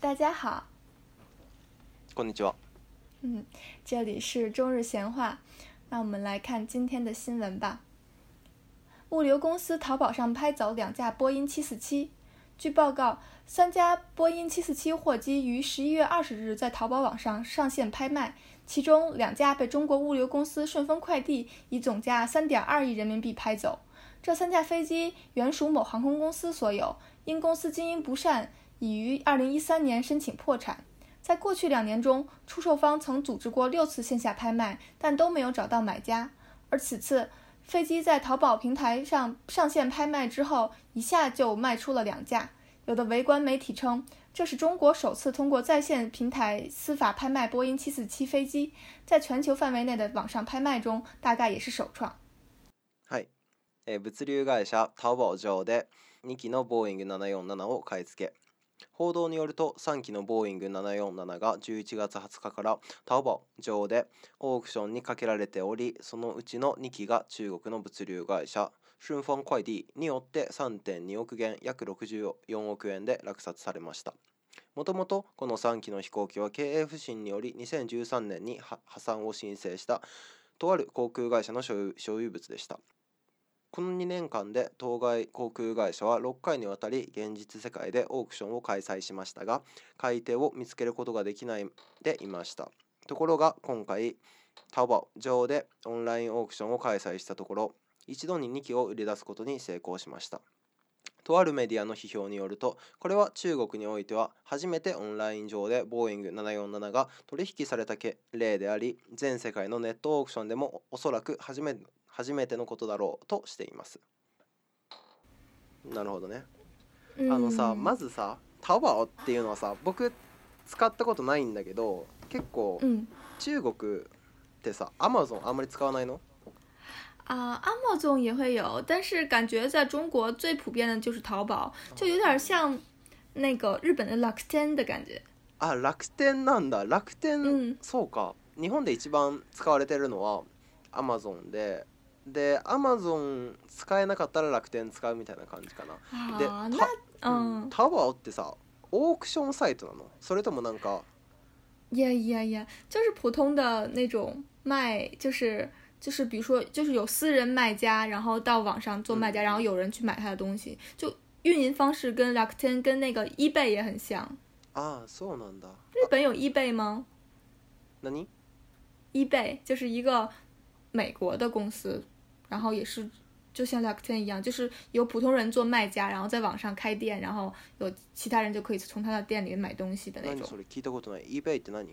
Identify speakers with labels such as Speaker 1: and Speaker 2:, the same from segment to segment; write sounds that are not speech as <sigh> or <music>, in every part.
Speaker 1: 大家好，
Speaker 2: こんにちは。
Speaker 1: 嗯，这里是周日闲话，那我们来看今天的新闻吧。物流公司淘宝上拍走两架波音747，据报告，三家波音747货机于十一月二十日在淘宝网上上线拍卖，其中两架被中国物流公司顺丰快递以总价三点二亿人民币拍走。这三架飞机原属某航空公司所有，因公司经营不善，已于二零一三年申请破产。在过去两年中，出售方曾组织过六次线下拍卖，但都没有找到买家。而此次飞机在淘宝平台上上线拍卖之后，一下就卖出了两架。有的围观媒体称，这是中国首次通过在线平台司法拍卖波音747飞机，在全球范围内的网上拍卖中，大概也是首创。
Speaker 2: はい、えー物流会社タオバオ上で2機のボーイング747を買い付け報道によると3機のボーイング747が11月20日からタオバオ上でオークションにかけられておりそのうちの2機が中国の物流会社春ファン快递によって3.2億元約64億円で落札されましたもともとこの3機の飛行機は経営不振により2013年に破破産を申請したとある航空会社の所有所有物でしたこの2年間で当該航空会社は6回にわたり現実世界でオークションを開催しましたが買い手を見つけることができないでいましたところが今回タオバオ上でオンラインオークションを開催したところ一度に2機を売り出すことに成功しましたとあるメディアの批評によるとこれは中国においては初めてオンライン上でボーイング747が取引されたけ例であり全世界のネットオークションでもおそらく初め初めてのことだろうとしていますなるほどねあのさま
Speaker 1: ず、
Speaker 2: ずさタワーっていうのはさ僕使ったことないんだけど結構
Speaker 1: 嗯
Speaker 2: 中国ってさアマゾンあんまり使わないの
Speaker 1: 啊、a m a z o n 也会有，但是感觉在中国最普遍的就是淘宝，就有点像那个日本的 Lakuten 的感觉。
Speaker 2: あ楽天なんだ楽天、
Speaker 1: 嗯
Speaker 2: そうか日本で一番使われてるのはアマゾンででアマゾン使えなかったら楽天使うみたいな感じかなで
Speaker 1: 啊，
Speaker 2: 他
Speaker 1: 那嗯，
Speaker 2: タワーってさオークションサイトなのそれともなんか
Speaker 1: 呀呀呀，就是普通的那种卖，就是就是比如说就是有私人卖家，然后到网上做卖家，
Speaker 2: 嗯
Speaker 1: 然后有人去买他的东西，就运营方式跟 Lakuten 跟那个 eBay 也很像。
Speaker 2: ああそうなんだあ
Speaker 1: 日本有 eBay 吗
Speaker 2: 何
Speaker 1: ？eBay 就是一个美国的公司，然后也是就像 Lakuten 一样，就是有普通人做卖家，然后在网上开店，然后有其他人就可以从他的店里买东西的那
Speaker 2: 何
Speaker 1: 种。
Speaker 2: それ聞いたことない eBay って何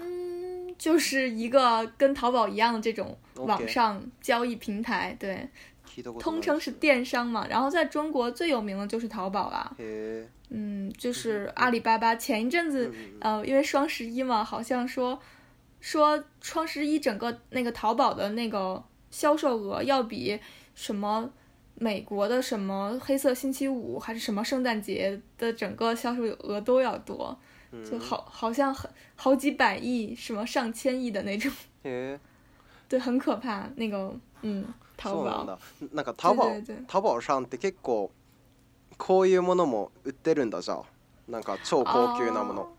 Speaker 1: 嗯，就是一个跟淘宝一样的这种
Speaker 2: OK
Speaker 1: 网上交易平台对，
Speaker 2: 聞いたことな
Speaker 1: 通
Speaker 2: い
Speaker 1: 称是电商嘛。然后在中国最有名的就是淘宝啦，
Speaker 2: へえ
Speaker 1: 嗯，就是阿里巴巴。前一阵子，
Speaker 2: うん
Speaker 1: 呃，因为双十一嘛，好像说说双十一整个那个淘宝的那个销售额要比什么。美国的什么黑色星期五还是什么圣诞节的整个销售额都要多，
Speaker 2: うん
Speaker 1: 就好好像很好几百亿，什么上千亿的那种， <laughs>
Speaker 2: へえ
Speaker 1: 对，很可怕。那个，嗯，淘
Speaker 2: そうな
Speaker 1: 宝，
Speaker 2: んだなんかタバオ
Speaker 1: 对对对
Speaker 2: タバオさんって結構こういうものも売ってるんだじゃあなんか超高級なもの、
Speaker 1: 啊，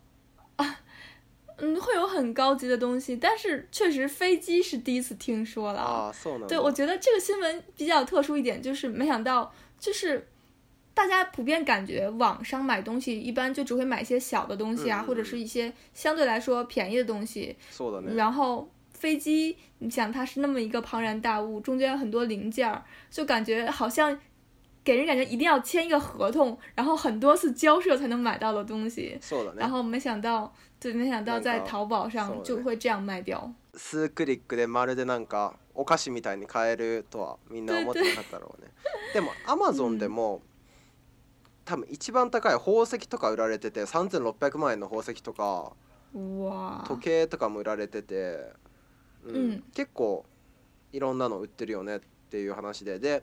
Speaker 1: 嗯，会有很高级的东西，但是确实飞机是第一次听说了。啊
Speaker 2: ああそうなんだ
Speaker 1: 对，我觉得这个新闻比较特殊一点，就是没想到，就是大家普遍感觉网上买东西一般就只会买一些小的东西啊，
Speaker 2: 嗯嗯
Speaker 1: 或者是一些相对来说便宜的东西，
Speaker 2: そうだね
Speaker 1: 然后飞机，你想它是那么一个庞然大物，中间有很多零件儿，就感觉好像给人感觉一定要签一个合同，然后很多次交涉才能买到的东西。
Speaker 2: そうだ
Speaker 1: 然
Speaker 2: ね
Speaker 1: 后没想到，对，没想到
Speaker 2: 那个
Speaker 1: 在淘宝上
Speaker 2: そう
Speaker 1: 就
Speaker 2: だね
Speaker 1: 会这样卖掉。
Speaker 2: 数クリックでまるでなんかお菓子みたいに買えるとはみんな思ってなかったろうねでもアマゾンでも、多分一番高い宝石とか売られてて3600万円の宝石とか
Speaker 1: 哇，
Speaker 2: 時計とかも売られてて、うん
Speaker 1: うん
Speaker 2: 結構いろんなの売ってるよねっていう話でで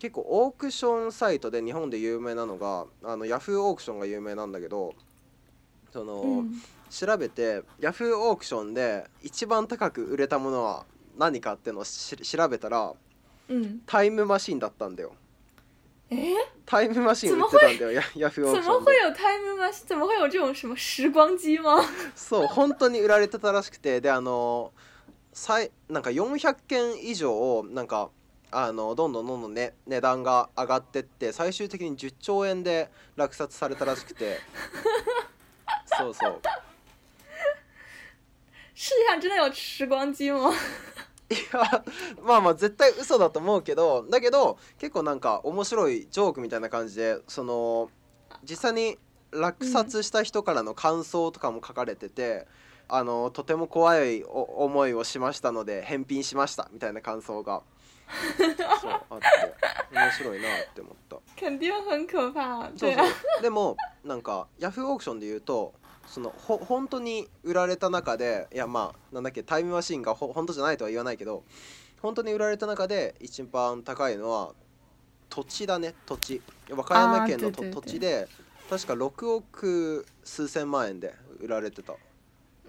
Speaker 2: 結構オークションサイトで日本で有名なのがあのヤフーオークションが有名なんだけどその、
Speaker 1: 嗯，
Speaker 2: 調べてヤフーオークションで一番高く売れたものは何かってのをし調べたら
Speaker 1: 嗯，
Speaker 2: タイムマシンだったんだよ
Speaker 1: 诶，
Speaker 2: タイムマシン売ってたんだ <laughs> よヤヤフ
Speaker 1: 怎
Speaker 2: ーオークシ
Speaker 1: 么
Speaker 2: ョンで
Speaker 1: 会有 time m a c h 怎么会有这种什么时光机吗？ <laughs>
Speaker 2: そう本当に売られてたらしくてであの最なんか400件以上なんかあのどんどんどんどんね値段が上がってって最終的に10兆円で落札されたらしくてそうそう
Speaker 1: 世界上真的有时光机吗？ <laughs>
Speaker 2: いやまあまあ絶対嘘だと思うけどだけど結構なんか面白いジョークみたいな感じでその実際に落札した人からの感想とかも書かれてて、あのとても怖いお思いをしましたので返品しましたみたいな感想がそうあって面白いなって思った。
Speaker 1: 肯定很可怕。
Speaker 2: そう <laughs>
Speaker 1: 对
Speaker 2: そ
Speaker 1: 啊，
Speaker 2: うでもなんかヤフーオークションで言うとそのほ本当に売られた中でいやまあなんだっけタイムマシンがほ本当じゃないとは言わないけど本当に売られた中で一番高いのは土地だね土地和歌山県の
Speaker 1: あー
Speaker 2: と
Speaker 1: 对对
Speaker 2: 土
Speaker 1: 对
Speaker 2: 地で確か6億数千万円で売られてた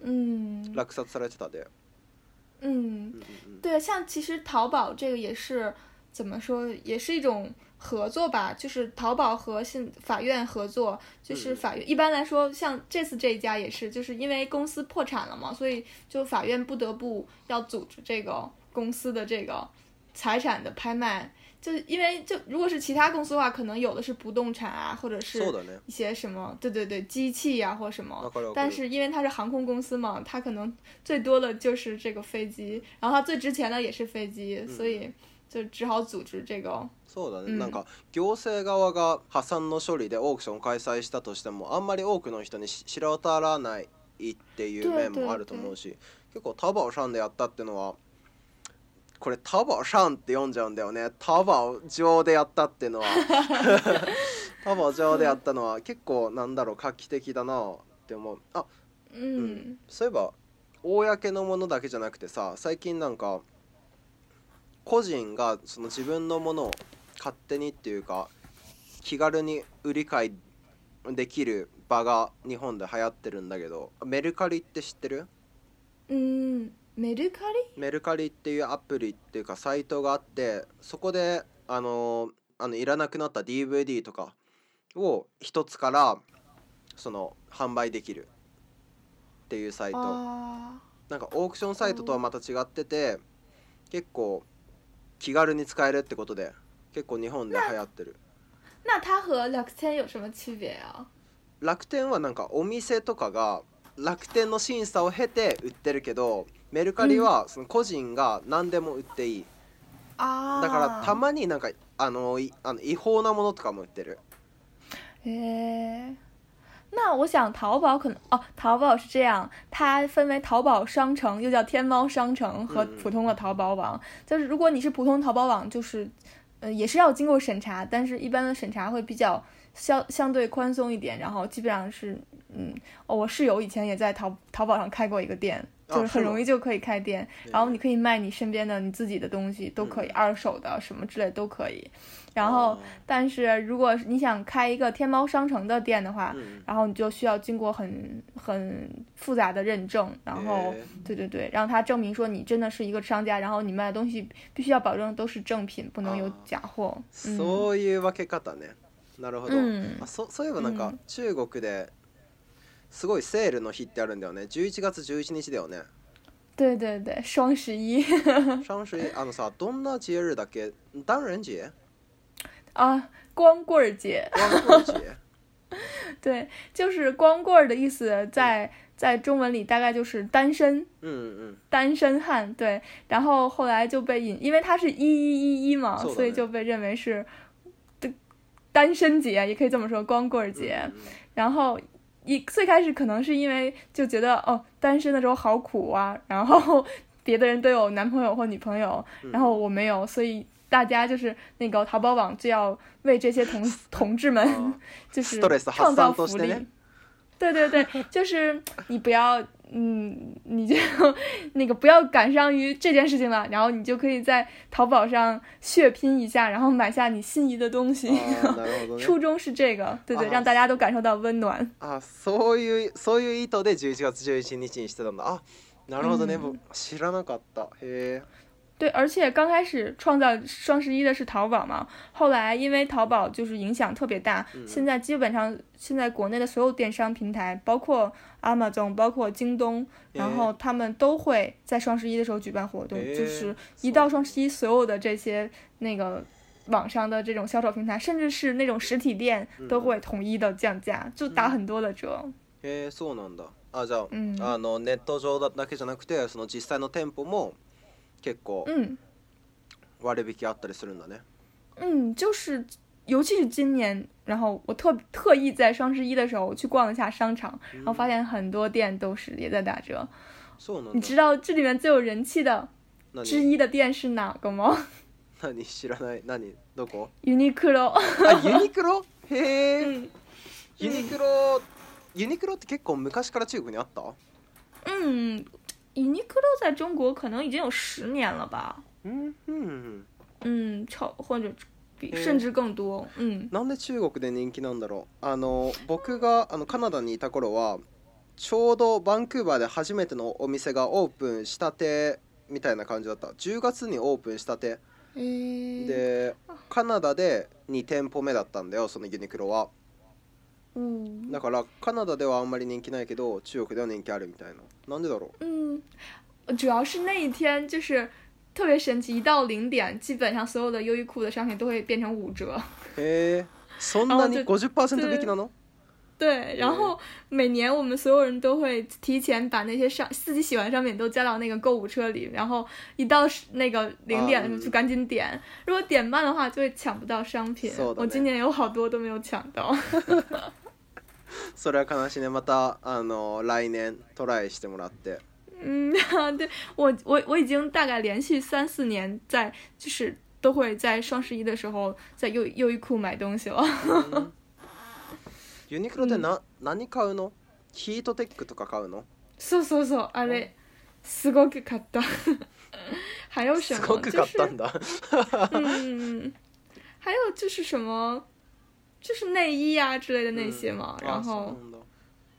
Speaker 1: 嗯
Speaker 2: 落札されてたで、
Speaker 1: 嗯
Speaker 2: うん。うんうん
Speaker 1: 对，像其实淘宝这个也是怎么说，也是一种合作吧，就是淘宝和现法院合作，就是
Speaker 2: 嗯
Speaker 1: 法院、一般来说，像这次这一家也是，就是因为公司破产了嘛，所以就法院不得不要组织这个公司的这个财产的拍卖，就因为就如果是其他公司的话，可能有的是不动产啊，或者是
Speaker 2: そうだね
Speaker 1: 一些什么，对对对，机器呀、或什
Speaker 2: わ
Speaker 1: 么
Speaker 2: かるわ。かる
Speaker 1: 但是因为它是航空公司嘛，它可能最多的就是这个飞机，然后它最值钱的也是飞机，所以就只好组织这个。
Speaker 2: そうだね、
Speaker 1: うん
Speaker 2: なんか行政側が破産の処理でオークションを開催したとしてもあんまり多くの人に知知ら渡らないっていう面もあると思うし結構タバオシャンでやったってのはこれタバオシャンって読んじゃうんだよねタバオ上でやったって <laughs> のはタバオ上でやったのは結構なんだろう画期的だなって思うあ
Speaker 1: 嗯
Speaker 2: そういえば公のものだけじゃなくてさ最近なんか個人がその自分のものを勝手にっていうか気軽に売り買いできる場が日本で流行ってるんだけどメルカリって知ってる
Speaker 1: 嗯，美丽卡里，
Speaker 2: メルカリっていうアプリっていうかサイトがあってそこであのあのいらなくなった DVD とかを一つからその販売できるっていうサイト。
Speaker 1: 啊，
Speaker 2: なんかオークションサイトとはまた違ってて結構気軽に使えるってことで結構日本で流行ってる
Speaker 1: 那它和 Luxten 有什么区别啊？
Speaker 2: 楽天はなんかお店とかが楽天の審査を経て売ってるけどメルカリはその個人が何でも売ってい
Speaker 1: 啊
Speaker 2: い、だからたまになんかあのいあの違法なものとかも売ってる
Speaker 1: 诶，那我想淘宝可能哦，淘宝是这样，它分为淘宝商城，又叫天猫商城和
Speaker 2: 嗯
Speaker 1: 普通的淘宝网。就是如果你是普通淘宝网，就是呃也是要经过审查，但是一般的审查会比较相相对宽松一点，然后基本上是嗯，哦我室友以前也在淘淘宝上开过一个店。
Speaker 2: 哦
Speaker 1: 就是
Speaker 2: 是
Speaker 1: 很
Speaker 2: 吗
Speaker 1: 容易就可以开店，然后你可以卖你身边的你自己的东西都可以，
Speaker 2: 嗯
Speaker 1: 二手的什么之类都可以。然后，但是如果你想开一个天猫商城的店的话，
Speaker 2: 嗯
Speaker 1: 然后你就需要经过很很复杂的认证，然后、
Speaker 2: 诶
Speaker 1: 对对对，让他证明说你真的是一个商家，然后你卖的东西必须要保证都是正品，不能有
Speaker 2: 啊
Speaker 1: 假货。嗯
Speaker 2: そういう分け方ねなるほど、
Speaker 1: 嗯
Speaker 2: あそそういえばなん
Speaker 1: う
Speaker 2: か
Speaker 1: ん
Speaker 2: 中国ですごいセールの日ってあるんだよね11月11日だよね
Speaker 1: 对对对，双十一 <laughs>
Speaker 2: 双十一あのさどんな節日だっけ单人节
Speaker 1: 啊，光棍儿节。
Speaker 2: 光棍
Speaker 1: <laughs>
Speaker 2: 节
Speaker 1: 对，就是光棍儿的意思在，在中文里大概就是单身。
Speaker 2: うんうん
Speaker 1: 单身汉，对，然后后来就被引，因为他是一一一一嘛，
Speaker 2: そうだね
Speaker 1: 所以就被认为是单单身节，也可以这么说，光棍儿节。
Speaker 2: うんうん
Speaker 1: 然后一最开始可能是因为就觉得哦，单身的时候好苦啊，然后 <laughs> 别的人都有男朋友或女朋友，
Speaker 2: 嗯
Speaker 1: 然后我没有，所以大家就是那个淘宝网就要为这些同同志们
Speaker 2: あ
Speaker 1: 就是
Speaker 2: ストレス発
Speaker 1: 创造
Speaker 2: 散と
Speaker 1: 福
Speaker 2: して
Speaker 1: 利
Speaker 2: ね。
Speaker 1: <laughs> 对对对，就是你不要，嗯，你就那个不要感伤于这件事情了，然后你就可以在淘宝上血拼一下，然后买下你心仪的东西。
Speaker 2: ーなるほど
Speaker 1: 初
Speaker 2: ね
Speaker 1: 衷是这个，对对，
Speaker 2: 哦啊
Speaker 1: 让大家都感受到温暖。
Speaker 2: あそういうそういう意図で11月11日にしてたんだあなるほどね、
Speaker 1: うん
Speaker 2: 僕知らなかったへえ
Speaker 1: 对，而且刚开始创造双十一的是淘宝嘛，后来因为淘宝就是影响特别大，现在基本上现在国内的所有电商平台，包括 Amazon，包括京东，然后他们都会在双十一的时候举办活动，
Speaker 2: 诶
Speaker 1: 就是一到双十一，所有的这些那个网上的这种销售平台，甚至是那种实体店都会统一的降价，就打很多的折。
Speaker 2: へえそうなんだあじゃあ,、
Speaker 1: ん
Speaker 2: あのネット上だだけじゃなくてその実際の店舗も結構
Speaker 1: 嗯
Speaker 2: 割引あったりするんだね、
Speaker 1: 嗯，就是尤其是今年，然后我特特意在双十一的时候我去逛了一下商场，然后发现很多店都是也在打折。
Speaker 2: そうなん
Speaker 1: 你
Speaker 2: だ
Speaker 1: 知道这里面最有人气的之
Speaker 2: 何
Speaker 1: 一的店是哪个吗
Speaker 2: 何知らない何どこ
Speaker 1: ？Uniqlo。
Speaker 2: あユニクロへえ、
Speaker 1: 嗯
Speaker 2: ユニクロ、ユニクロって結構昔から中国にあった
Speaker 1: 嗯，Uniqlo 在中国可能已经有十年了吧？
Speaker 2: うん、うん、
Speaker 1: 嗯，超或者比
Speaker 2: 嗯
Speaker 1: 甚至更多。嗯
Speaker 2: なんで中国で人気なんだろうあの僕があのカナダにいた頃はちょうどバンクーバーで初めてのお店がオープンしたてみたいな感じだった10月にオープンしたて嗯
Speaker 1: 诶，
Speaker 2: でカナダで2店舗目だったんだよそのユニクロは
Speaker 1: 嗯。
Speaker 2: だからカナダではあんまり人気ないけど中国では人気あるみたいななんでだろ
Speaker 1: 嗯，主要是那一天就是特别神奇，一到零点，基本上所有的优衣库的商品都会变成五折。
Speaker 2: うへえそんなに
Speaker 1: あで
Speaker 2: 50%引きなの
Speaker 1: 对，然后每年我们所有人都会提前把那些商自己喜欢的商品都加到那个购物车里，然后一到是那个零点的时候
Speaker 2: 嗯
Speaker 1: 就赶紧点，如果点慢的话就会抢不到商品
Speaker 2: そうだ。ね
Speaker 1: 我今年有好多都没有抢到。 <laughs>
Speaker 2: それは悲しいねまたあの来年トライしてもらって
Speaker 1: 嗯，对我我我已经大概连续三四年在就是都会在双十一的时候在优优衣库买东西了。 <laughs>
Speaker 2: ユニクロってな、何買うのヒートテックとか買うの
Speaker 1: そうそうそうあれすごく買った <laughs> 还有什
Speaker 2: す
Speaker 1: 么
Speaker 2: ごく買ったんだ、
Speaker 1: 就是嗯嗯还有就是什么就是内衣啊之类的那些嘛、
Speaker 2: <laughs> あ
Speaker 1: 然
Speaker 2: そうな
Speaker 1: 后
Speaker 2: んだ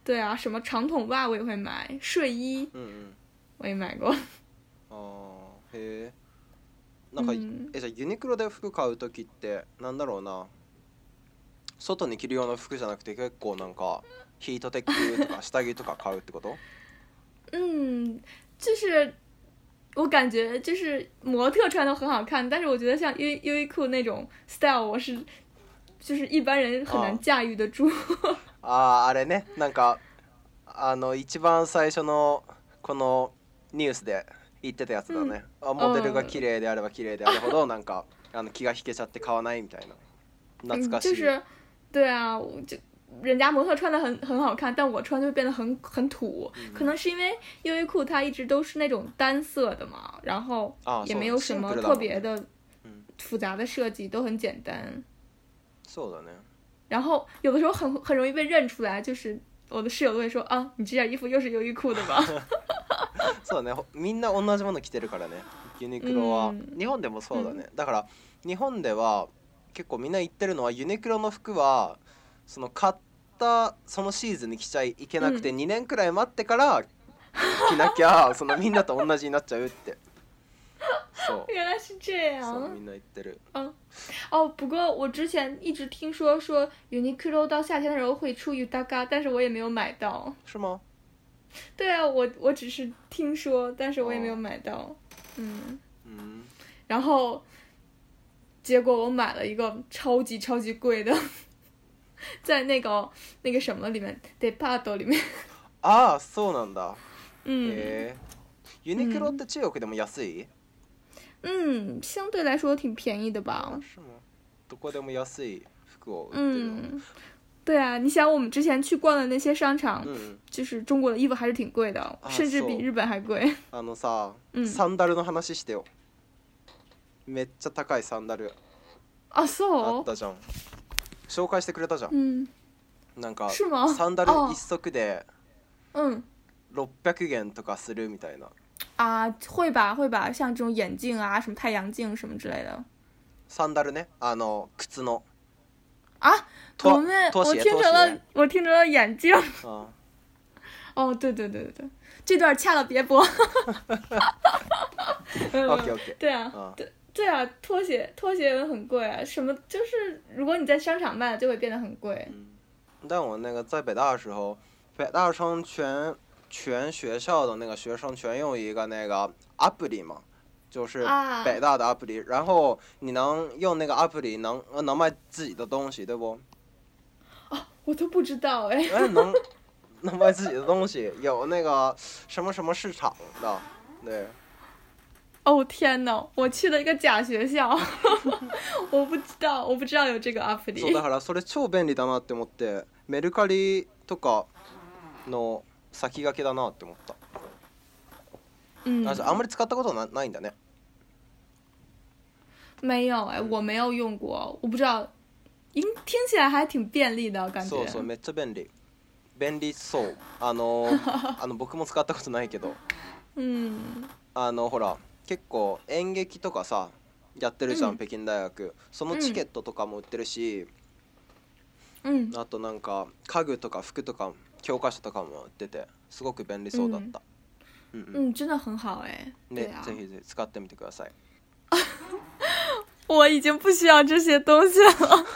Speaker 1: 对啊什么长筒袜我也会买睡衣
Speaker 2: うんうん
Speaker 1: 我也买过 <laughs>
Speaker 2: あーへえなんか、
Speaker 1: うん
Speaker 2: えじゃあユニクロで服買う時ってなんだろうな外に着る用の服じゃなくて結構なんかヒートテックとか下着とか買うってこと
Speaker 1: 嗯就是我感觉就是模特穿的很好看，但是我觉得像优优衣库那种 style 我是就是一般人很
Speaker 2: 哦
Speaker 1: 难驾驭得住。
Speaker 2: あああれねなんかあの一番最初のこのニュースで言ってたやつだね、あモデルが綺麗であれば綺麗であるほどなんかあの気が引けちゃって買わないみたいな懐かしい、
Speaker 1: 嗯、就是，对啊，我就人家模特穿的很很好看，但我穿就变得很很土，可能是因为优衣库它一直都是那种单色的嘛，然后
Speaker 2: あ
Speaker 1: 也
Speaker 2: そう
Speaker 1: 没有什
Speaker 2: シン
Speaker 1: 么
Speaker 2: プルだ
Speaker 1: 特
Speaker 2: もんね
Speaker 1: 别的
Speaker 2: 嗯
Speaker 1: 复杂的设计，都很简单。
Speaker 2: そうだね
Speaker 1: 然后有的时候很很容易被认出来，就是我的室友都会说啊，你这件衣服又是优衣库的吧？
Speaker 2: そうだねほみんな同じもの着てるからねユニクロは、
Speaker 1: うん
Speaker 2: 日本でもそうだね、だから日本では結構みんな言ってるのはユニクロの服はその買ったそのシーズンに着ちゃいけなくて2年くらい待ってから着なき
Speaker 1: <laughs>
Speaker 2: ゃそのみんなと同じになっちゃうってそう
Speaker 1: <laughs> 原来是这
Speaker 2: そうみ
Speaker 1: 样
Speaker 2: んな言ってる
Speaker 1: 哦。不过我之前一直听说说 Uniqlo 到夏天的时候会出 Utaka，但是我也没有买到。
Speaker 2: 是吗
Speaker 1: 对啊，我我只是听说，但是我也没有买到。哦嗯，
Speaker 2: うん
Speaker 1: 然后结果我买了一个超级超级贵的， <laughs> 在那个那个什么里面 d e p a r t 里面。
Speaker 2: ああそうなんだ、
Speaker 1: 嗯
Speaker 2: へえユニクロって中国でも安い、
Speaker 1: 嗯，相对来说挺便宜的吧
Speaker 2: あ。是吗どこでも安い服を売ってるの
Speaker 1: 嗯，对啊，你想我们之前去逛的那些商场，
Speaker 2: うん
Speaker 1: 就是中国的衣服还是挺贵的，
Speaker 2: 啊
Speaker 1: 甚至比
Speaker 2: そう
Speaker 1: 日本还贵。
Speaker 2: あのさ、
Speaker 1: うん
Speaker 2: サンダルの話してよめっちゃ高いサンダル
Speaker 1: 啊，
Speaker 2: あ
Speaker 1: そう
Speaker 2: っ。たじゃん紹介してくれたじゃん
Speaker 1: 嗯
Speaker 2: なんか
Speaker 1: 是吗
Speaker 2: サンダル
Speaker 1: あ
Speaker 2: 一足で
Speaker 1: 嗯。
Speaker 2: 600元とかするみたいな
Speaker 1: 啊，会吧会吧，像这种眼镜啊，什么太阳镜什么之类的
Speaker 2: サンダルねあの靴の
Speaker 1: 啊。
Speaker 2: 拖
Speaker 1: 我们
Speaker 2: 拖
Speaker 1: 我
Speaker 2: 鞋
Speaker 1: 听成
Speaker 2: 拖
Speaker 1: 了
Speaker 2: 鞋
Speaker 1: <laughs> 我听成了眼镜。
Speaker 2: あ
Speaker 1: 哦，对对对对对，这段掐了别播。嗯
Speaker 2: OK
Speaker 1: <laughs>
Speaker 2: OK。
Speaker 1: 对啊，
Speaker 2: 啊
Speaker 1: 对对啊，拖鞋拖鞋也很贵啊，什么就是如果你在商场卖了，就会变得很贵。
Speaker 2: 嗯但我那个在北大的时候，北大生全全学校的那个学生全用一个那个 app 里嘛，就是
Speaker 1: 啊
Speaker 2: 北大的 app 里，然后你能用那个 app 里能呃能卖自己的东西，对不？
Speaker 1: 我都不知道哎，
Speaker 2: 哎，能 <laughs> 能卖自己的东西，有那个什么什么市场的，对。
Speaker 1: 哦天呐，我去了一个假学校， <laughs> 我不知道，我不知道有这个 app
Speaker 2: そう
Speaker 1: 里
Speaker 2: だ。からそれ超便利だなって思ってメルカリとかの先駆けだなって思った、
Speaker 1: 嗯，
Speaker 2: あじゃああんまり使ったことなないんだね
Speaker 1: 没有哎，我没有用过，我不知道，应听起来还挺便利的感觉。
Speaker 2: そうそうめっちゃ便利便利そうあの <laughs> ーあの僕も使ったことないけど
Speaker 1: 嗯
Speaker 2: あのほら結構演劇とかさやってるじゃん、
Speaker 1: うん
Speaker 2: 北京大学そのチケットとかも売ってるし、
Speaker 1: 嗯
Speaker 2: あとなんか家具とか服とか教科書とかも売っててすごく便利そうだった、うんうん
Speaker 1: 嗯，真的很好哎。对
Speaker 2: ね、
Speaker 1: 啊
Speaker 2: ぜ，ひぜひ使ってみてください
Speaker 1: 我已经不需要这些东西了。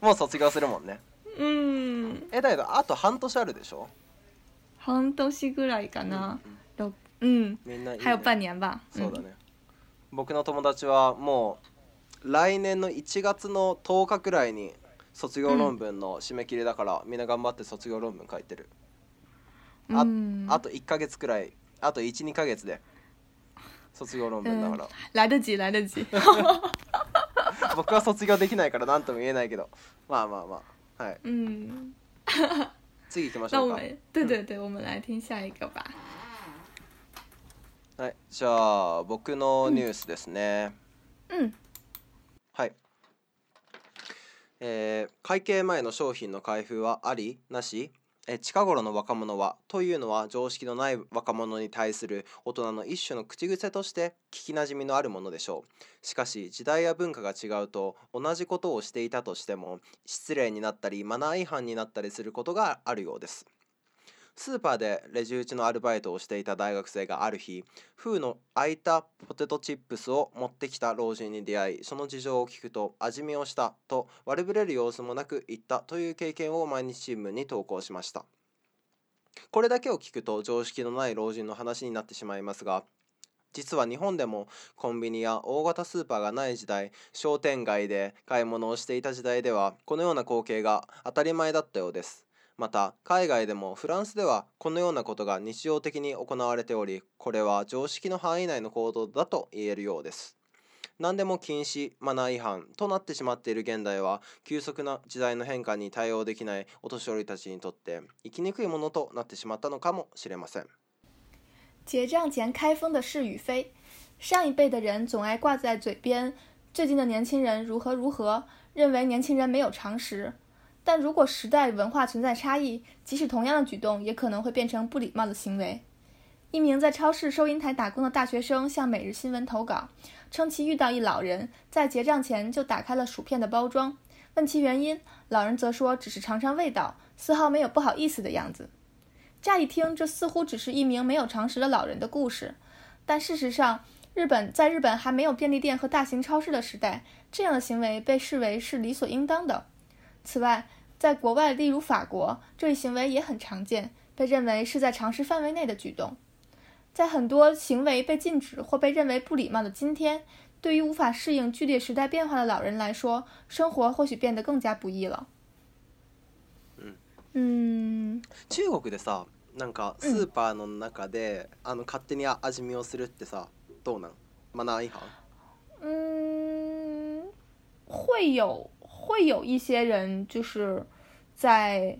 Speaker 2: もう卒業するもんね
Speaker 1: 嗯，
Speaker 2: えだけどあと半年あるでしょ
Speaker 1: 半年ぐらいかな。六嗯，
Speaker 2: みんないいね
Speaker 1: 还有半年吧。
Speaker 2: そうだ
Speaker 1: 嗯
Speaker 2: ね、僕の友達はもう来年の1月の10日くらいに卒業論文の締め切りだから、みんな頑張って卒業論文書いてるあ,、
Speaker 1: 嗯
Speaker 2: あと1ヶ月くらいあと12ヶ月で卒業論文だから、
Speaker 1: 来得及，来得及。
Speaker 2: <laughs> 僕は卒業できないから何とも言えないけどまあまあまあはい
Speaker 1: 嗯，
Speaker 2: 次行きまし
Speaker 1: 那 <laughs>
Speaker 2: ょ
Speaker 1: 我
Speaker 2: うか
Speaker 1: 们对对对，我们来听下一个吧。
Speaker 2: はいじゃあ僕のニュースですね、
Speaker 1: 嗯
Speaker 2: はい、えー会計前の商品の開封はありなし、えー近頃の若者はというのは常識のない若者に対する大人の一種の口癖として聞きなじみのあるものでしょうしかし時代や文化が違うと同じことをしていたとしても失礼になったりマナー違反になったりすることがあるようですスーパーでレジ打ちのアルバイトをしていた大学生がある日封の開いたポテトチップスを持ってきた老人に出会いその事情を聞くと味見をしたと悪ぶれる様子もなく言ったという経験を毎日新聞に投稿しましたこれだけを聞くと常識のない老人の話になってしまいますが実は日本でもコンビニや大型スーパーがない時代商店街で買い物をしていた時代ではこのような光景が当たり前だったようですまた海外でもフランスではこのようなことが日常的に行われておりこれは常識の範囲内の行動だと言えるようです何でも禁止マナー違反となってしまっている現代は急速な時代の変化に対応できないお年寄りたちにとって生きにくいものとなってしまったのかもしれません
Speaker 1: 结账前开封的是与非，上一辈的人总爱挂在嘴边，最近的年轻人如何如何，认为年轻人没有常识。但如果时代文化存在差异，即使同样的举动，也可能会变成不礼貌的行为。一名在超市收银台打工的大学生向《每日新闻》投稿，称其遇到一老人在结账前就打开了薯片的包装，问其原因，老人则说只是尝尝味道，丝毫没有不好意思的样子。乍一听，这似乎只是一名没有常识的老人的故事，但事实上，日本在日本还没有便利店和大型超市的时代，这样的行为被视为是理所应当的。此外，在国外，例如法国，这一行为也很常见，被认为是在常识范围内的举动。在很多行为被禁止或被认为不礼貌的今天，对于无法适应剧烈时代变化的老人来说，生活或许变得更加不易了。嗯，
Speaker 2: 中国でさなんかスーパーの中で、あの勝手に味見をするってさどうなんマナー違反
Speaker 1: 嗯，会有会有一些人就是在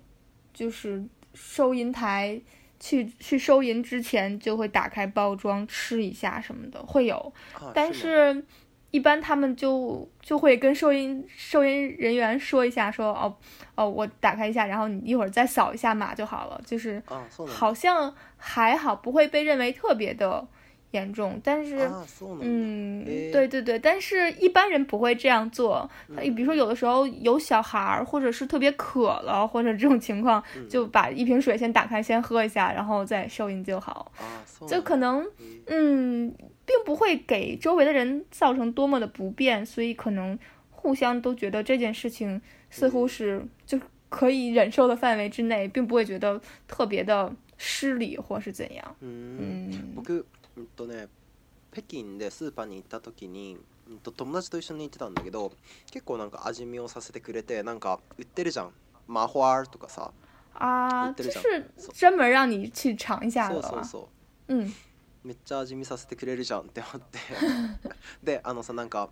Speaker 1: 就是收银台去去收银之前就会打开包装吃一下什么的，会有，
Speaker 2: あ
Speaker 1: 但
Speaker 2: そうなの
Speaker 1: 是一般他们就就会跟收银收银人员说一下说哦哦我打开一下，然后你一会儿再扫一下码就好了，就是
Speaker 2: 嗯あそうなんだ
Speaker 1: 好像还好，不会被认为特别的严重，但是。
Speaker 2: ああそうなんだ、
Speaker 1: 嗯
Speaker 2: え，
Speaker 1: 对对对，但是一般人不会这样做。呃
Speaker 2: 嗯
Speaker 1: 比如说，有的时候有小孩儿，或者是特别渴了，或者这种情况，
Speaker 2: うん
Speaker 1: 就把一瓶水先打开，先喝一下，然后再收银就好。
Speaker 2: ああそうなん
Speaker 1: 就
Speaker 2: だ
Speaker 1: 可能，
Speaker 2: えー
Speaker 1: 嗯，并不会给周围的人造成多么的不便，所以可能互相都觉得这件事情似乎是就是可以忍受的范围之内，并不会觉得特别的失礼或是怎样。
Speaker 2: うーん
Speaker 1: 嗯，
Speaker 2: 僕、うんとね、北京でスーパーに行った時に、うんと友達と一緒に行ってたんだけど結構なんか味見をさせてくれてなんか売ってるじゃんマホアールとかさ
Speaker 1: 啊，
Speaker 2: 言って
Speaker 1: 就
Speaker 2: るじゃん
Speaker 1: 是
Speaker 2: そう
Speaker 1: 专门让你去尝一下
Speaker 2: そ
Speaker 1: 的
Speaker 2: うそう
Speaker 1: 吧。
Speaker 2: そう
Speaker 1: 嗯
Speaker 2: めっちゃ味見させてくれるじゃんって思ってであのさなんか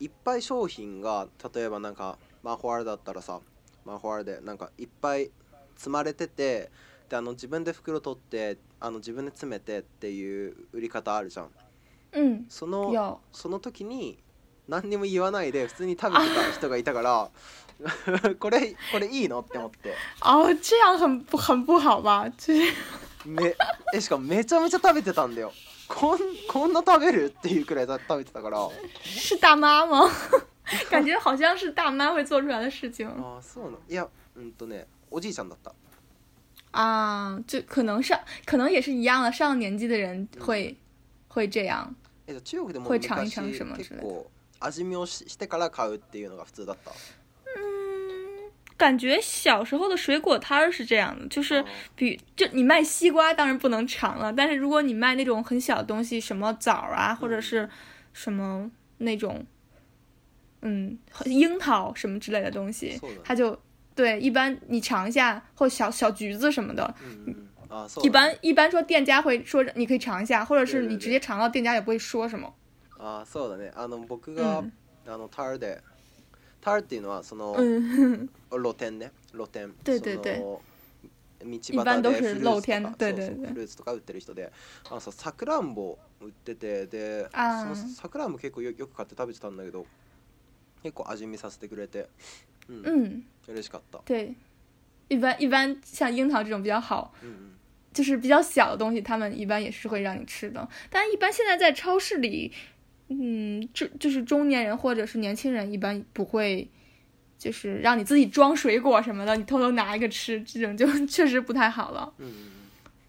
Speaker 2: いっぱい商品が例えばなんかマホアールだったらさマホアールでなんかいっぱい積まれててであの自分で袋取ってあの自分で詰めてっていう売り方あるじゃん
Speaker 1: 嗯，
Speaker 2: その
Speaker 1: 有
Speaker 2: その時に何にも言わないで普通に食べてた人がいたから <laughs> これこれいいのって思って
Speaker 1: 哦，这样很不很不好吧？就是
Speaker 2: めえしかもめちゃめちゃ食べてたんだよこんこんな食べるっていうくらい食べてたから。
Speaker 1: <laughs> 是大妈吗？ <laughs> 感觉好像是大妈会做出来的事情
Speaker 2: ああそうなのいやうんとねおじいちゃんだった
Speaker 1: 啊，就可能上，可能也是一样的，上了年纪的人会、会这样。
Speaker 2: えじゃあ中国でも
Speaker 1: これちゃん
Speaker 2: 昔
Speaker 1: ちゃんします
Speaker 2: 結構味見をししてから買うっていうのが普通だった
Speaker 1: 嗯，感觉小时候的水果摊儿是这样的，就是
Speaker 2: あー
Speaker 1: 比就你卖西瓜当然不能尝了，但是如果你卖那种很小的东西，什么枣儿啊，或
Speaker 2: 嗯
Speaker 1: 者是什么那种，嗯，樱桃什么之类的东西
Speaker 2: そうだね，
Speaker 1: 它就对一般你尝一下或小小橘子什么的，
Speaker 2: うんうんあーそう
Speaker 1: 一
Speaker 2: だ
Speaker 1: 般
Speaker 2: ね
Speaker 1: 一般说店家会说你可以尝一下，或者是
Speaker 2: 对对
Speaker 1: 你
Speaker 2: 对
Speaker 1: 直接尝到店家也不会说什么。
Speaker 2: あーそうだねあの僕が、
Speaker 1: 嗯
Speaker 2: あのタールでタールっていうのはその、
Speaker 1: 嗯，
Speaker 2: 露店ね露店
Speaker 1: 对对对
Speaker 2: その道端
Speaker 1: 一般
Speaker 2: で
Speaker 1: 都
Speaker 2: フ
Speaker 1: 是
Speaker 2: ルーツと
Speaker 1: 露天
Speaker 2: か
Speaker 1: 对对
Speaker 2: そうそう
Speaker 1: 对
Speaker 2: フルーツとか売ってる人であのささくらんぼ売っててで
Speaker 1: あ
Speaker 2: その
Speaker 1: ー
Speaker 2: さくらんぼ結構よよく買って食べてたんだけど結構味見させてくれて、うん、
Speaker 1: 嗯，
Speaker 2: 嬉しかった、
Speaker 1: 对，一般一般像樱桃这种比较好，
Speaker 2: うんうん、
Speaker 1: 就是比较小的东西，他们一般也是会让你吃的。但一般现在在超市里，嗯，就就是中年人或者是年轻人一般不会。就是让你自己装水果什么的，你偷偷拿一个吃，这种就 <laughs> 确实不太好了。
Speaker 2: うんうん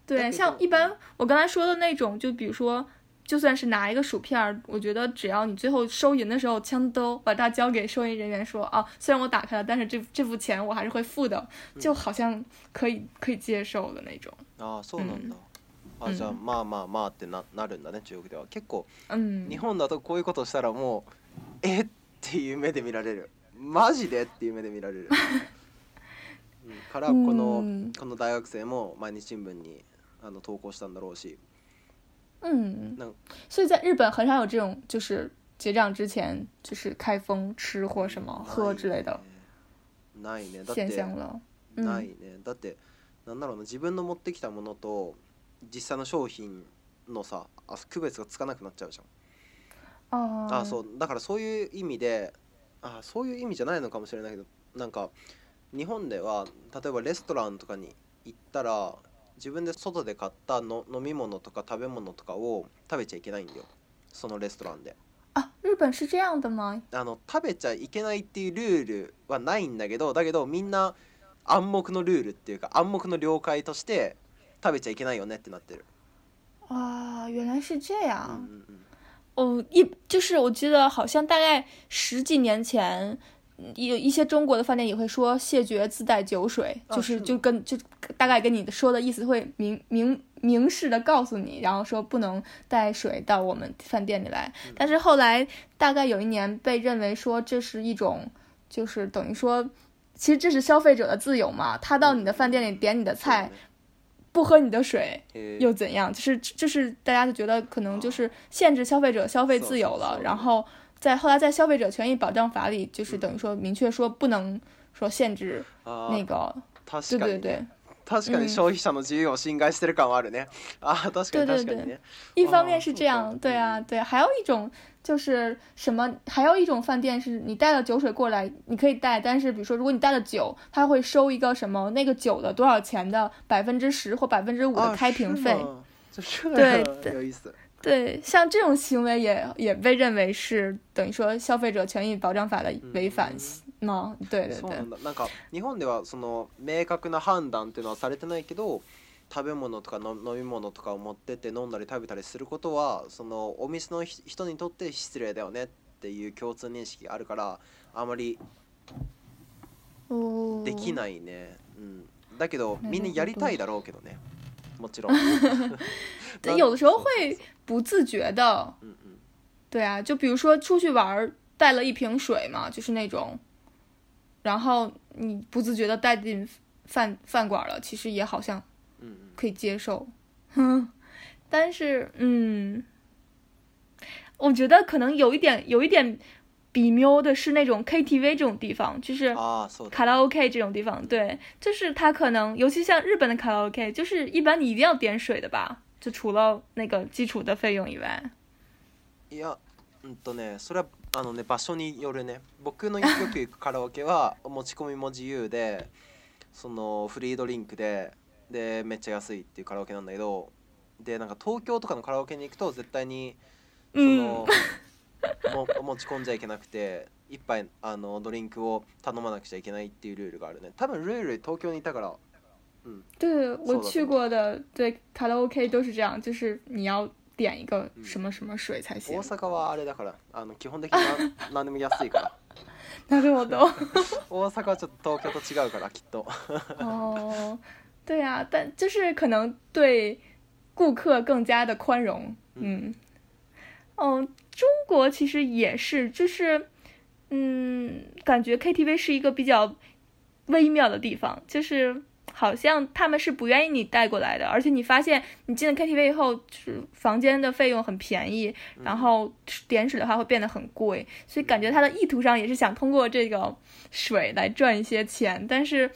Speaker 1: 对，嗯
Speaker 2: 但是
Speaker 1: 像
Speaker 2: 就
Speaker 1: 一般我刚才说的那种，就比如说，就算是拿一个薯片儿，我觉得只要你最后收银的时候，枪都把它交给收银人员说啊，虽然我打开了，但是这这部钱我还是会付的，就好像可以可以接受的那种。
Speaker 2: うん、ああそうなんだ、あじゃあまあまあまあってななるんだね中国では結構
Speaker 1: 嗯
Speaker 2: 日，本だとこういうことしたらもうえっていう目で見られるマジでっていう目で見られる <laughs> うんからこの
Speaker 1: うん
Speaker 2: この大学生も毎日新聞にあの投稿したんだろうし
Speaker 1: 嗯
Speaker 2: 那，
Speaker 1: 所以在日本很少有这种就是结账之前就是开封吃或什么喝之类的
Speaker 2: ないねだっ
Speaker 1: 现象
Speaker 2: て
Speaker 1: 了。うん
Speaker 2: ないねだってなんだろうな自分の持ってきたものと実際の商品のさあ区別がつかなくなっちゃうじゃん
Speaker 1: 哦，
Speaker 2: あそうだからそういう意味であそういう意味じゃないのかもしれないけどなんか日本では例えばレストランとかに行ったら自分で外で買ったの飲み物とか食べ物とかを食べちゃいけないんだよそのレストランで
Speaker 1: 啊，日本是这样的吗？
Speaker 2: あの食べちゃいけないっていうルールはないんだけどだけどみんな暗黙のルールっていうか暗黙の了解として食べちゃいけないよねってなってる、
Speaker 1: 啊，原来是这样。
Speaker 2: うんうんうん
Speaker 1: 哦，一就是我记得好像大概十几年前，嗯有一些中国的饭店也会说谢绝自带酒水，
Speaker 2: 啊
Speaker 1: 就是是
Speaker 2: 吗
Speaker 1: 就跟就大概跟你说的意思会明明明示的告诉你，然后说不能带水到我们饭店里来。但是后来大概有一年被认为说这是一种，就是等于说。其实这是消费者的自由嘛，他到你的饭店里点你的
Speaker 2: そうだ
Speaker 1: 菜
Speaker 2: ね，
Speaker 1: 不喝你的水，
Speaker 2: へー
Speaker 1: 又怎样？就是就是大家就觉得可能就是限制消费者消费自由
Speaker 2: 是
Speaker 1: 了
Speaker 2: 哦是，嗯是
Speaker 1: 然后在后来在消费者权益保障法里，就是等于说明确说不能说限制
Speaker 2: あー
Speaker 1: 那个，对
Speaker 2: 確かに、
Speaker 1: 对
Speaker 2: ね、
Speaker 1: 对。
Speaker 2: 確か
Speaker 1: うん
Speaker 2: に消費者の自由を侵害してる感はあるね。あー確か
Speaker 1: 对
Speaker 2: に確か
Speaker 1: 对
Speaker 2: にね。
Speaker 1: 一
Speaker 2: 哦
Speaker 1: 方面是
Speaker 2: 这嗯
Speaker 1: 这
Speaker 2: 么高
Speaker 1: 样，对啊，对，还有一种就是什么，还有一种饭店是你带了酒水过来，你可以带，但是比如说如果你带了酒，他会收一个什么那个酒的多少钱的百分之十或百分之五的
Speaker 2: 啊，
Speaker 1: 开瓶
Speaker 2: 是
Speaker 1: 费，
Speaker 2: 吗就这
Speaker 1: 对
Speaker 2: 样有意思。
Speaker 1: 对，像这种行为也也被认为是等于说消费者权益保障法的违反吗？对对
Speaker 2: そう
Speaker 1: 对
Speaker 2: な。んだなんか日本ではその明確な判断っていうのはされてないけど食べ物とかの飲み物とかを持ってって飲んだり食べたりすることはそのお店のひ人にとって失礼だよねっていう共通認識があるからあまり
Speaker 1: おー
Speaker 2: できないね、うん、だけ
Speaker 1: なる
Speaker 2: ど
Speaker 1: ほど
Speaker 2: みんなやりたいだろうけどねもち
Speaker 1: <laughs>
Speaker 2: ろん
Speaker 1: 对有的时候
Speaker 2: そうそう
Speaker 1: 会不自觉的，
Speaker 2: そううんうん
Speaker 1: 对啊，就比如说出去玩儿带了一瓶水嘛，就是那种，然后你不自觉的带进饭饭馆了，其实也好像
Speaker 2: うんうん
Speaker 1: 可以接 <laughs> 受，嗯但是嗯，我觉得可能有一点有一点比喵的是那种 KTV 这种地方，就是
Speaker 2: ああそうだ
Speaker 1: 卡拉 OK 这种地方，对，就是它可能，尤其像日本的卡拉 OK，就是一般你一定要点水的吧，就除了那个基础的费用以外。
Speaker 2: いやうんとねそれはあのね場所によるね僕のよく行くカラオケは持ち込みも自由でそのフリードリンクででめっちゃ安いっていうカラオケなんだけどでなんか東京とかのカラオケに行くと絶対にその、 <laughs> も持ち込んじゃいけなくて一杯あのドリンクを頼まなくちゃいけないっていうルールがあるね多分ルール東京にいたから
Speaker 1: 对
Speaker 2: そ
Speaker 1: 我
Speaker 2: うだと
Speaker 1: 去过的，对卡拉 OK 都是这样，就是你要点一个什么什么水才
Speaker 2: 大
Speaker 1: 行。
Speaker 2: 阪はあれだからあの基本的にな何でも安いから
Speaker 1: <laughs> 那对我都
Speaker 2: 大阪はちょっと東京と違うからきっと
Speaker 1: 哦，对啊，但就是可能对顾客更加的宽容，嗯，哦，中国其实也是，就是嗯，感觉 KTV 是一个比较微妙的地方，就是好像他们是不愿意你带过来的，而且你发现你进了 KTV 以后，就是房间的费用很便宜，然后点水的话会变得很贵，所以感觉他的意图上也是想通过这个水来赚一些钱，但是。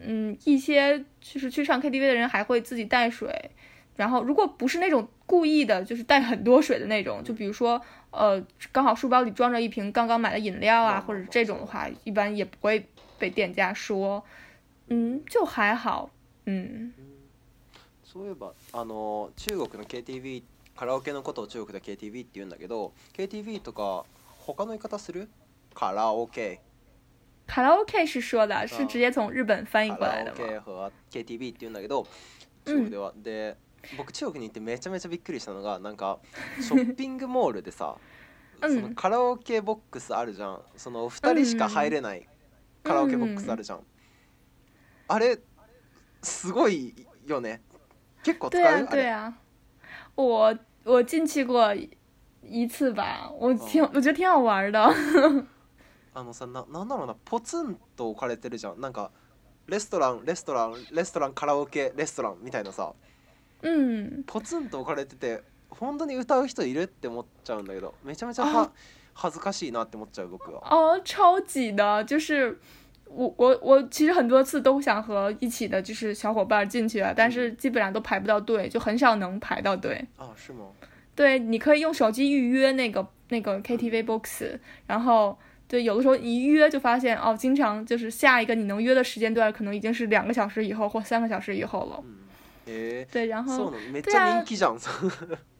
Speaker 1: 嗯，一些就是去唱 KTV 的人还会自己带水，然后如果不是那种故意的，就是带很多水的那种，就比如说呃，刚好书包里装着一瓶刚刚买的饮料啊，
Speaker 2: 嗯
Speaker 1: 或者这种的话，一般也不会被店家说，嗯，就还好，嗯，
Speaker 2: そういえばあの中国の KTV カラオケのことを中国で KTV って言うんだけど KTV とか他の言い方するカラオケ
Speaker 1: 卡拉 OK 是说的，是直接从日本翻译
Speaker 2: カ
Speaker 1: 过来
Speaker 2: ラ
Speaker 1: 的
Speaker 2: オ
Speaker 1: 吗？
Speaker 2: ケ和 KTV って言うんだけど中国では、で僕中国に行ってめちゃめちゃびっくりしたのがなんかショッピングモールでさ、
Speaker 1: うん
Speaker 2: そのカラオケボックスあるじゃんその2人しか入れないカラオケボックスあるじゃん、あれすごいよね結構使
Speaker 1: 对
Speaker 2: う
Speaker 1: 啊，
Speaker 2: あ
Speaker 1: 对
Speaker 2: れ
Speaker 1: 啊，我我进去过一次吧，我挺、
Speaker 2: 哦
Speaker 1: 我觉得挺好玩的， <laughs>
Speaker 2: あのさななんだろうなポツンと置かれてるじゃんなんかレストランレストランレストランカラオケレストランみたいなさ
Speaker 1: 嗯。
Speaker 2: ポツンと置かれてて本当に歌う人いるって思っちゃうんだけどめちゃめちゃ
Speaker 1: あ
Speaker 2: は恥ずかしいなって思っちゃう僕は。
Speaker 1: 哦，超级的，就是我我我其实很多次都想和一起的就是小伙伴进去啊，但是基本上都排不到队，就很少能排到队。
Speaker 2: あ是吗
Speaker 1: 对，你可以用手机预约那个那个 KTV box，然后对，有的时候你一约就发现哦，经常就是下一个你能约的时间段可能已经是两个小时以后或三个小时以后了。
Speaker 2: え
Speaker 1: 对，然
Speaker 2: ー、そ
Speaker 1: 后
Speaker 2: うなのめっちゃ人気じゃん。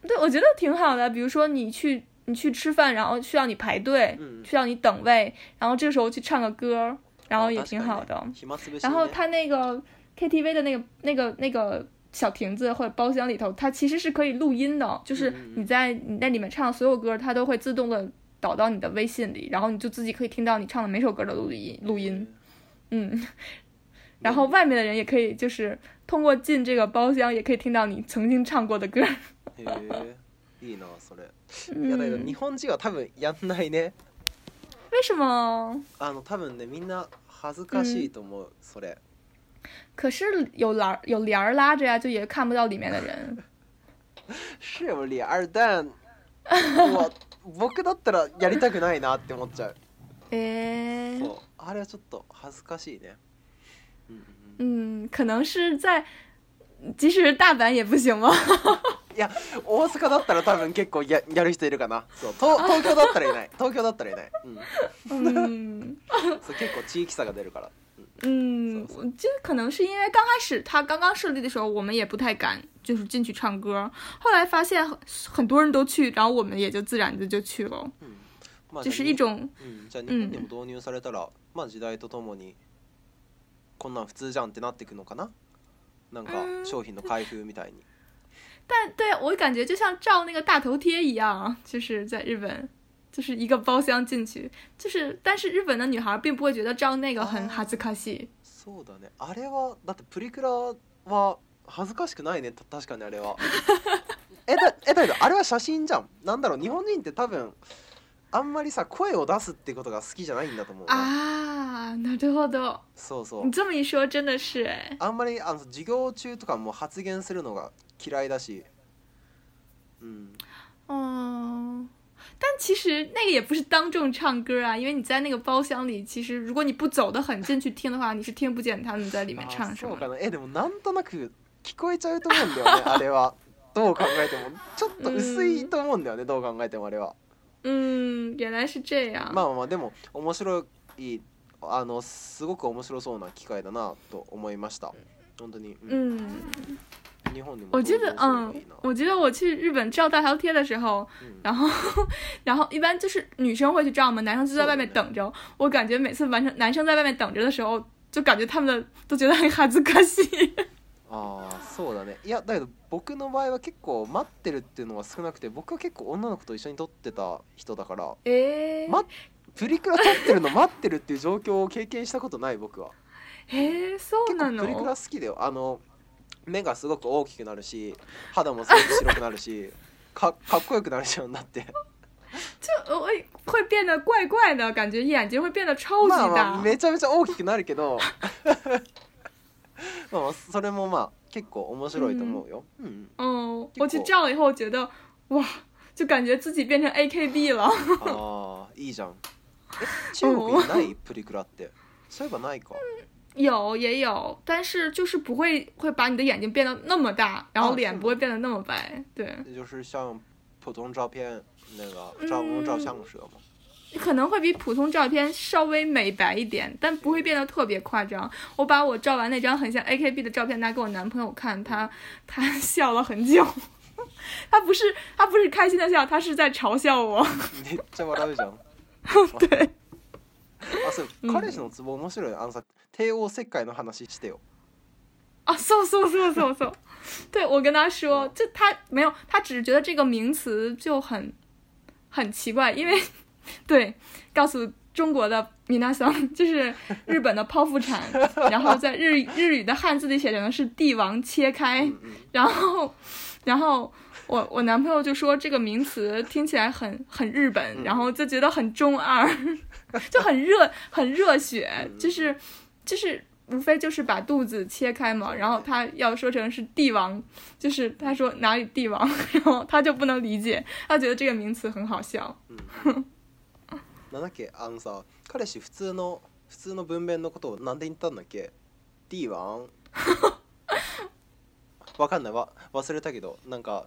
Speaker 1: 对我觉得挺好的，比如说你去你去吃饭，然后需要你排队，
Speaker 2: 嗯
Speaker 1: 需要你等位，然后这个时候去唱个歌，然后也
Speaker 2: あ
Speaker 1: 挺好的。
Speaker 2: 確かにね暇つぶしに
Speaker 1: 然
Speaker 2: ね
Speaker 1: 后它那个 KTV 的那个那个那个小亭子或者包厢里头，它其实是可以录音的，就是
Speaker 2: 嗯嗯
Speaker 1: 你在你在里面唱的所有歌，它都会自动的导到你的微信里，然后你就自己可以听到你唱的每首歌的录音录音，嗯。然后外面的人也可以，就是通过进这个包厢，也可以听到你曾经唱过的
Speaker 2: <laughs>
Speaker 1: 歌。
Speaker 2: へ <laughs> えいいなそれ。いやだけど
Speaker 1: 嗯
Speaker 2: 日，本人は多分やんないね。
Speaker 1: 为什么？
Speaker 2: あの多分ねみんな恥ずかしいと思う、それ。
Speaker 1: 可是有栏儿有帘儿拉着呀，就也看不到里面的人。
Speaker 2: <laughs> 是有脸儿，但我僕だったらやりたくないなって思っちゃう。
Speaker 1: 诶，
Speaker 2: そうあれはちょっと恥ずかしいね。うんうんう
Speaker 1: 嗯，
Speaker 2: ん
Speaker 1: 可能是在，即使是大阪也不行吗？ <laughs>
Speaker 2: いや大阪だったら多分結構ややる人いるかな。そう東東京だったらいない。東京だったらいない。うん、
Speaker 1: 嗯，
Speaker 2: そう結構地域差が出るから。うんそう
Speaker 1: 嗯，
Speaker 2: そう
Speaker 1: 我就可能是因为刚开始它刚刚设立的时候，我们也不太敢就是进去唱歌，后来发现很很多人都去，然后我们也就自然的就去了，
Speaker 2: まあ
Speaker 1: 就是一种
Speaker 2: うん、じゃあ日本でも導入されたら、まあ時代とともにこんなん普通じゃんってなっていくのかななんか
Speaker 1: うん
Speaker 2: 商品の開封みたいに、
Speaker 1: 但对我感觉就像照那个大头贴一样，啊就是在日本，就是一个包厢进去，就是但是日本的女孩并不会觉得照那个很
Speaker 2: 哦
Speaker 1: 哈兹卡西。
Speaker 2: そうだねあれはだってプリクラは恥ずかしくないねた確かにあれはえだえだけどあれは写真じゃんなんだろう日本人って多分あんまりさ声を出すってことが好きじゃないんだと思うな
Speaker 1: 啊，なるほど。
Speaker 2: そうそう
Speaker 1: 你这么一说，真的是哎。
Speaker 2: あんまりあの授業中とかも発言するのが嫌いだし、うん、
Speaker 1: 哦。但其实那个也不是当众唱歌啊，因为你在那个包厢里，其实如果你不走得很近去听的话，你是听不见他们在里面唱
Speaker 2: あ
Speaker 1: 什
Speaker 2: そ
Speaker 1: 么
Speaker 2: う
Speaker 1: 的
Speaker 2: か。なえでもなんとなく聞こえちゃうと思うんだよねあれはどう考えてもちょっと薄いと思うんだよねどう考えてもあれは
Speaker 1: 嗯，原来是这样。
Speaker 2: まあまあでも面白いあのすごく面白そうな機会だなと思いました本当に、うん、
Speaker 1: 嗯。
Speaker 2: 日本にも
Speaker 1: 我记得，
Speaker 2: 導入
Speaker 1: 嗯
Speaker 2: すればいいな，
Speaker 1: 我记得我去日本照大头贴的时候，
Speaker 2: 嗯
Speaker 1: 然后， <laughs> 然后一般就是女生会去照嘛，男生就在外面
Speaker 2: 是的
Speaker 1: 等着。我感觉每次完成男生在外面等着的时候，就感觉他们的都觉得很哈兹卡
Speaker 2: <laughs>
Speaker 1: 西。
Speaker 2: ああそうだねいやだけど僕の場合は結構待ってるっていうのは少なくて僕は結構女の子と一緒に撮ってた人だから
Speaker 1: え
Speaker 2: まプリクラ撮ってるの待ってるっていう状況を経験したことない僕は
Speaker 1: えそう
Speaker 2: 結
Speaker 1: な
Speaker 2: 構プリクラ
Speaker 1: の？
Speaker 2: 好きだよあの目がすごく大きくなるし肌もすごく白くなるしかかっこよくなるじゃんだって
Speaker 1: 就我会变得怪怪的，感觉眼睛会变得超级
Speaker 2: まあ
Speaker 1: 大。
Speaker 2: まあめちゃめちゃ大きくなるけど <laughs> まあまあそれもまあ結構面白いと思うよ、うんう
Speaker 1: 嗯，
Speaker 2: ん结
Speaker 1: 我去
Speaker 2: 果
Speaker 1: 照了以后，我觉得哇，就感觉自己变成 AKB 了。 <laughs>
Speaker 2: あーいい <laughs> じゃんえ中国にないプリクラってそういえばないか
Speaker 1: 有也有，但是就是不会会把你的眼睛变得那么大，然后
Speaker 2: 啊是
Speaker 1: 脸
Speaker 2: 吗
Speaker 1: 不会变得那么白。对，
Speaker 2: 就是像普通照片那个照片照相蛇 <laughs> 嘛
Speaker 1: 可能会比普通照片稍微美白一点，但不会变得特别夸张。我把我照完那张很像 AKB 的照片拿给我男朋友看，他 <laughs> 他笑了很久。 <laughs> 他不是他不是开心的笑，他是在嘲笑我。 <laughs>
Speaker 2: めっちゃ笑うじゃん
Speaker 1: 对，
Speaker 2: あそう
Speaker 1: うん
Speaker 2: 彼氏のツボ面白いよあのさ帝王切開の話してよ
Speaker 1: 啊，嗖嗖嗖嗖嗖， <laughs> 对我跟他说
Speaker 2: 哦，
Speaker 1: 就他没有，他只是觉得这个名词就很很奇怪，因为 <laughs> 对，告诉中国的米娜桑就是日本的剖腹产，然后在日语日语的汉字里写成的是帝王切开，
Speaker 2: うん
Speaker 1: <laughs> 然后然后我我男朋友就说这个名词听起来很很日本，
Speaker 2: 嗯
Speaker 1: 然后就觉得很中二， <laughs> 就很热很热血，就是就是无非就是把肚子切开嘛，然后他要说成是帝王，就是他说哪里帝王， <laughs> 然后他就不能理解，他觉得这个名词很好笑。
Speaker 2: うんうんなんだっけあのさ彼氏普通の普通の文面のことをなんで言ったんだっけ D1 <laughs> わかんないわ忘れたけどなん <laughs> か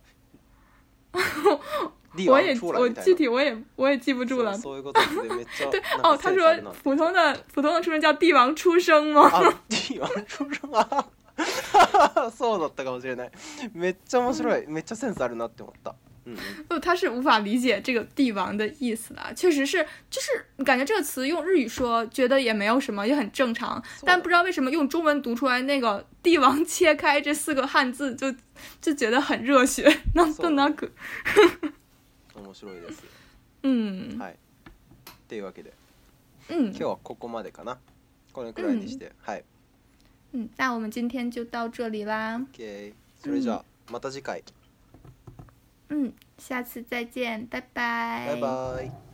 Speaker 2: D1
Speaker 1: 我也
Speaker 2: 出来
Speaker 1: 我
Speaker 2: みたい
Speaker 1: 具
Speaker 2: な
Speaker 1: 体我也我也记不住了
Speaker 2: そう。そういうことですねめっ <laughs> ちゃ
Speaker 1: 对
Speaker 2: なん
Speaker 1: 哦
Speaker 2: か，
Speaker 1: 他
Speaker 2: センスあ
Speaker 1: 说
Speaker 2: るな
Speaker 1: 普通的普通的出生叫帝王出生吗？
Speaker 2: あ D1 出生あ <laughs> そうだったかもしれないめっちゃ面白いめっちゃセンスあるなって思ったうんうん
Speaker 1: 不，他是无法理解这个“帝王”的意思的，确实是，就是感觉这个词用日语说，觉得也没有什么，也很正常。但不知道为什么用中文读出来那个“帝王切开”这四个汉字就，就觉得很热血。なんとなく，
Speaker 2: 面白いです
Speaker 1: 嗯
Speaker 2: はいっていうわけで
Speaker 1: 嗯
Speaker 2: 今日はここまでかなこれくらいにして、はい
Speaker 1: 嗯，那我们今天就到这里啦，
Speaker 2: OK それじゃあまた次回、
Speaker 1: 嗯，下次再见，拜拜，
Speaker 2: バイバイ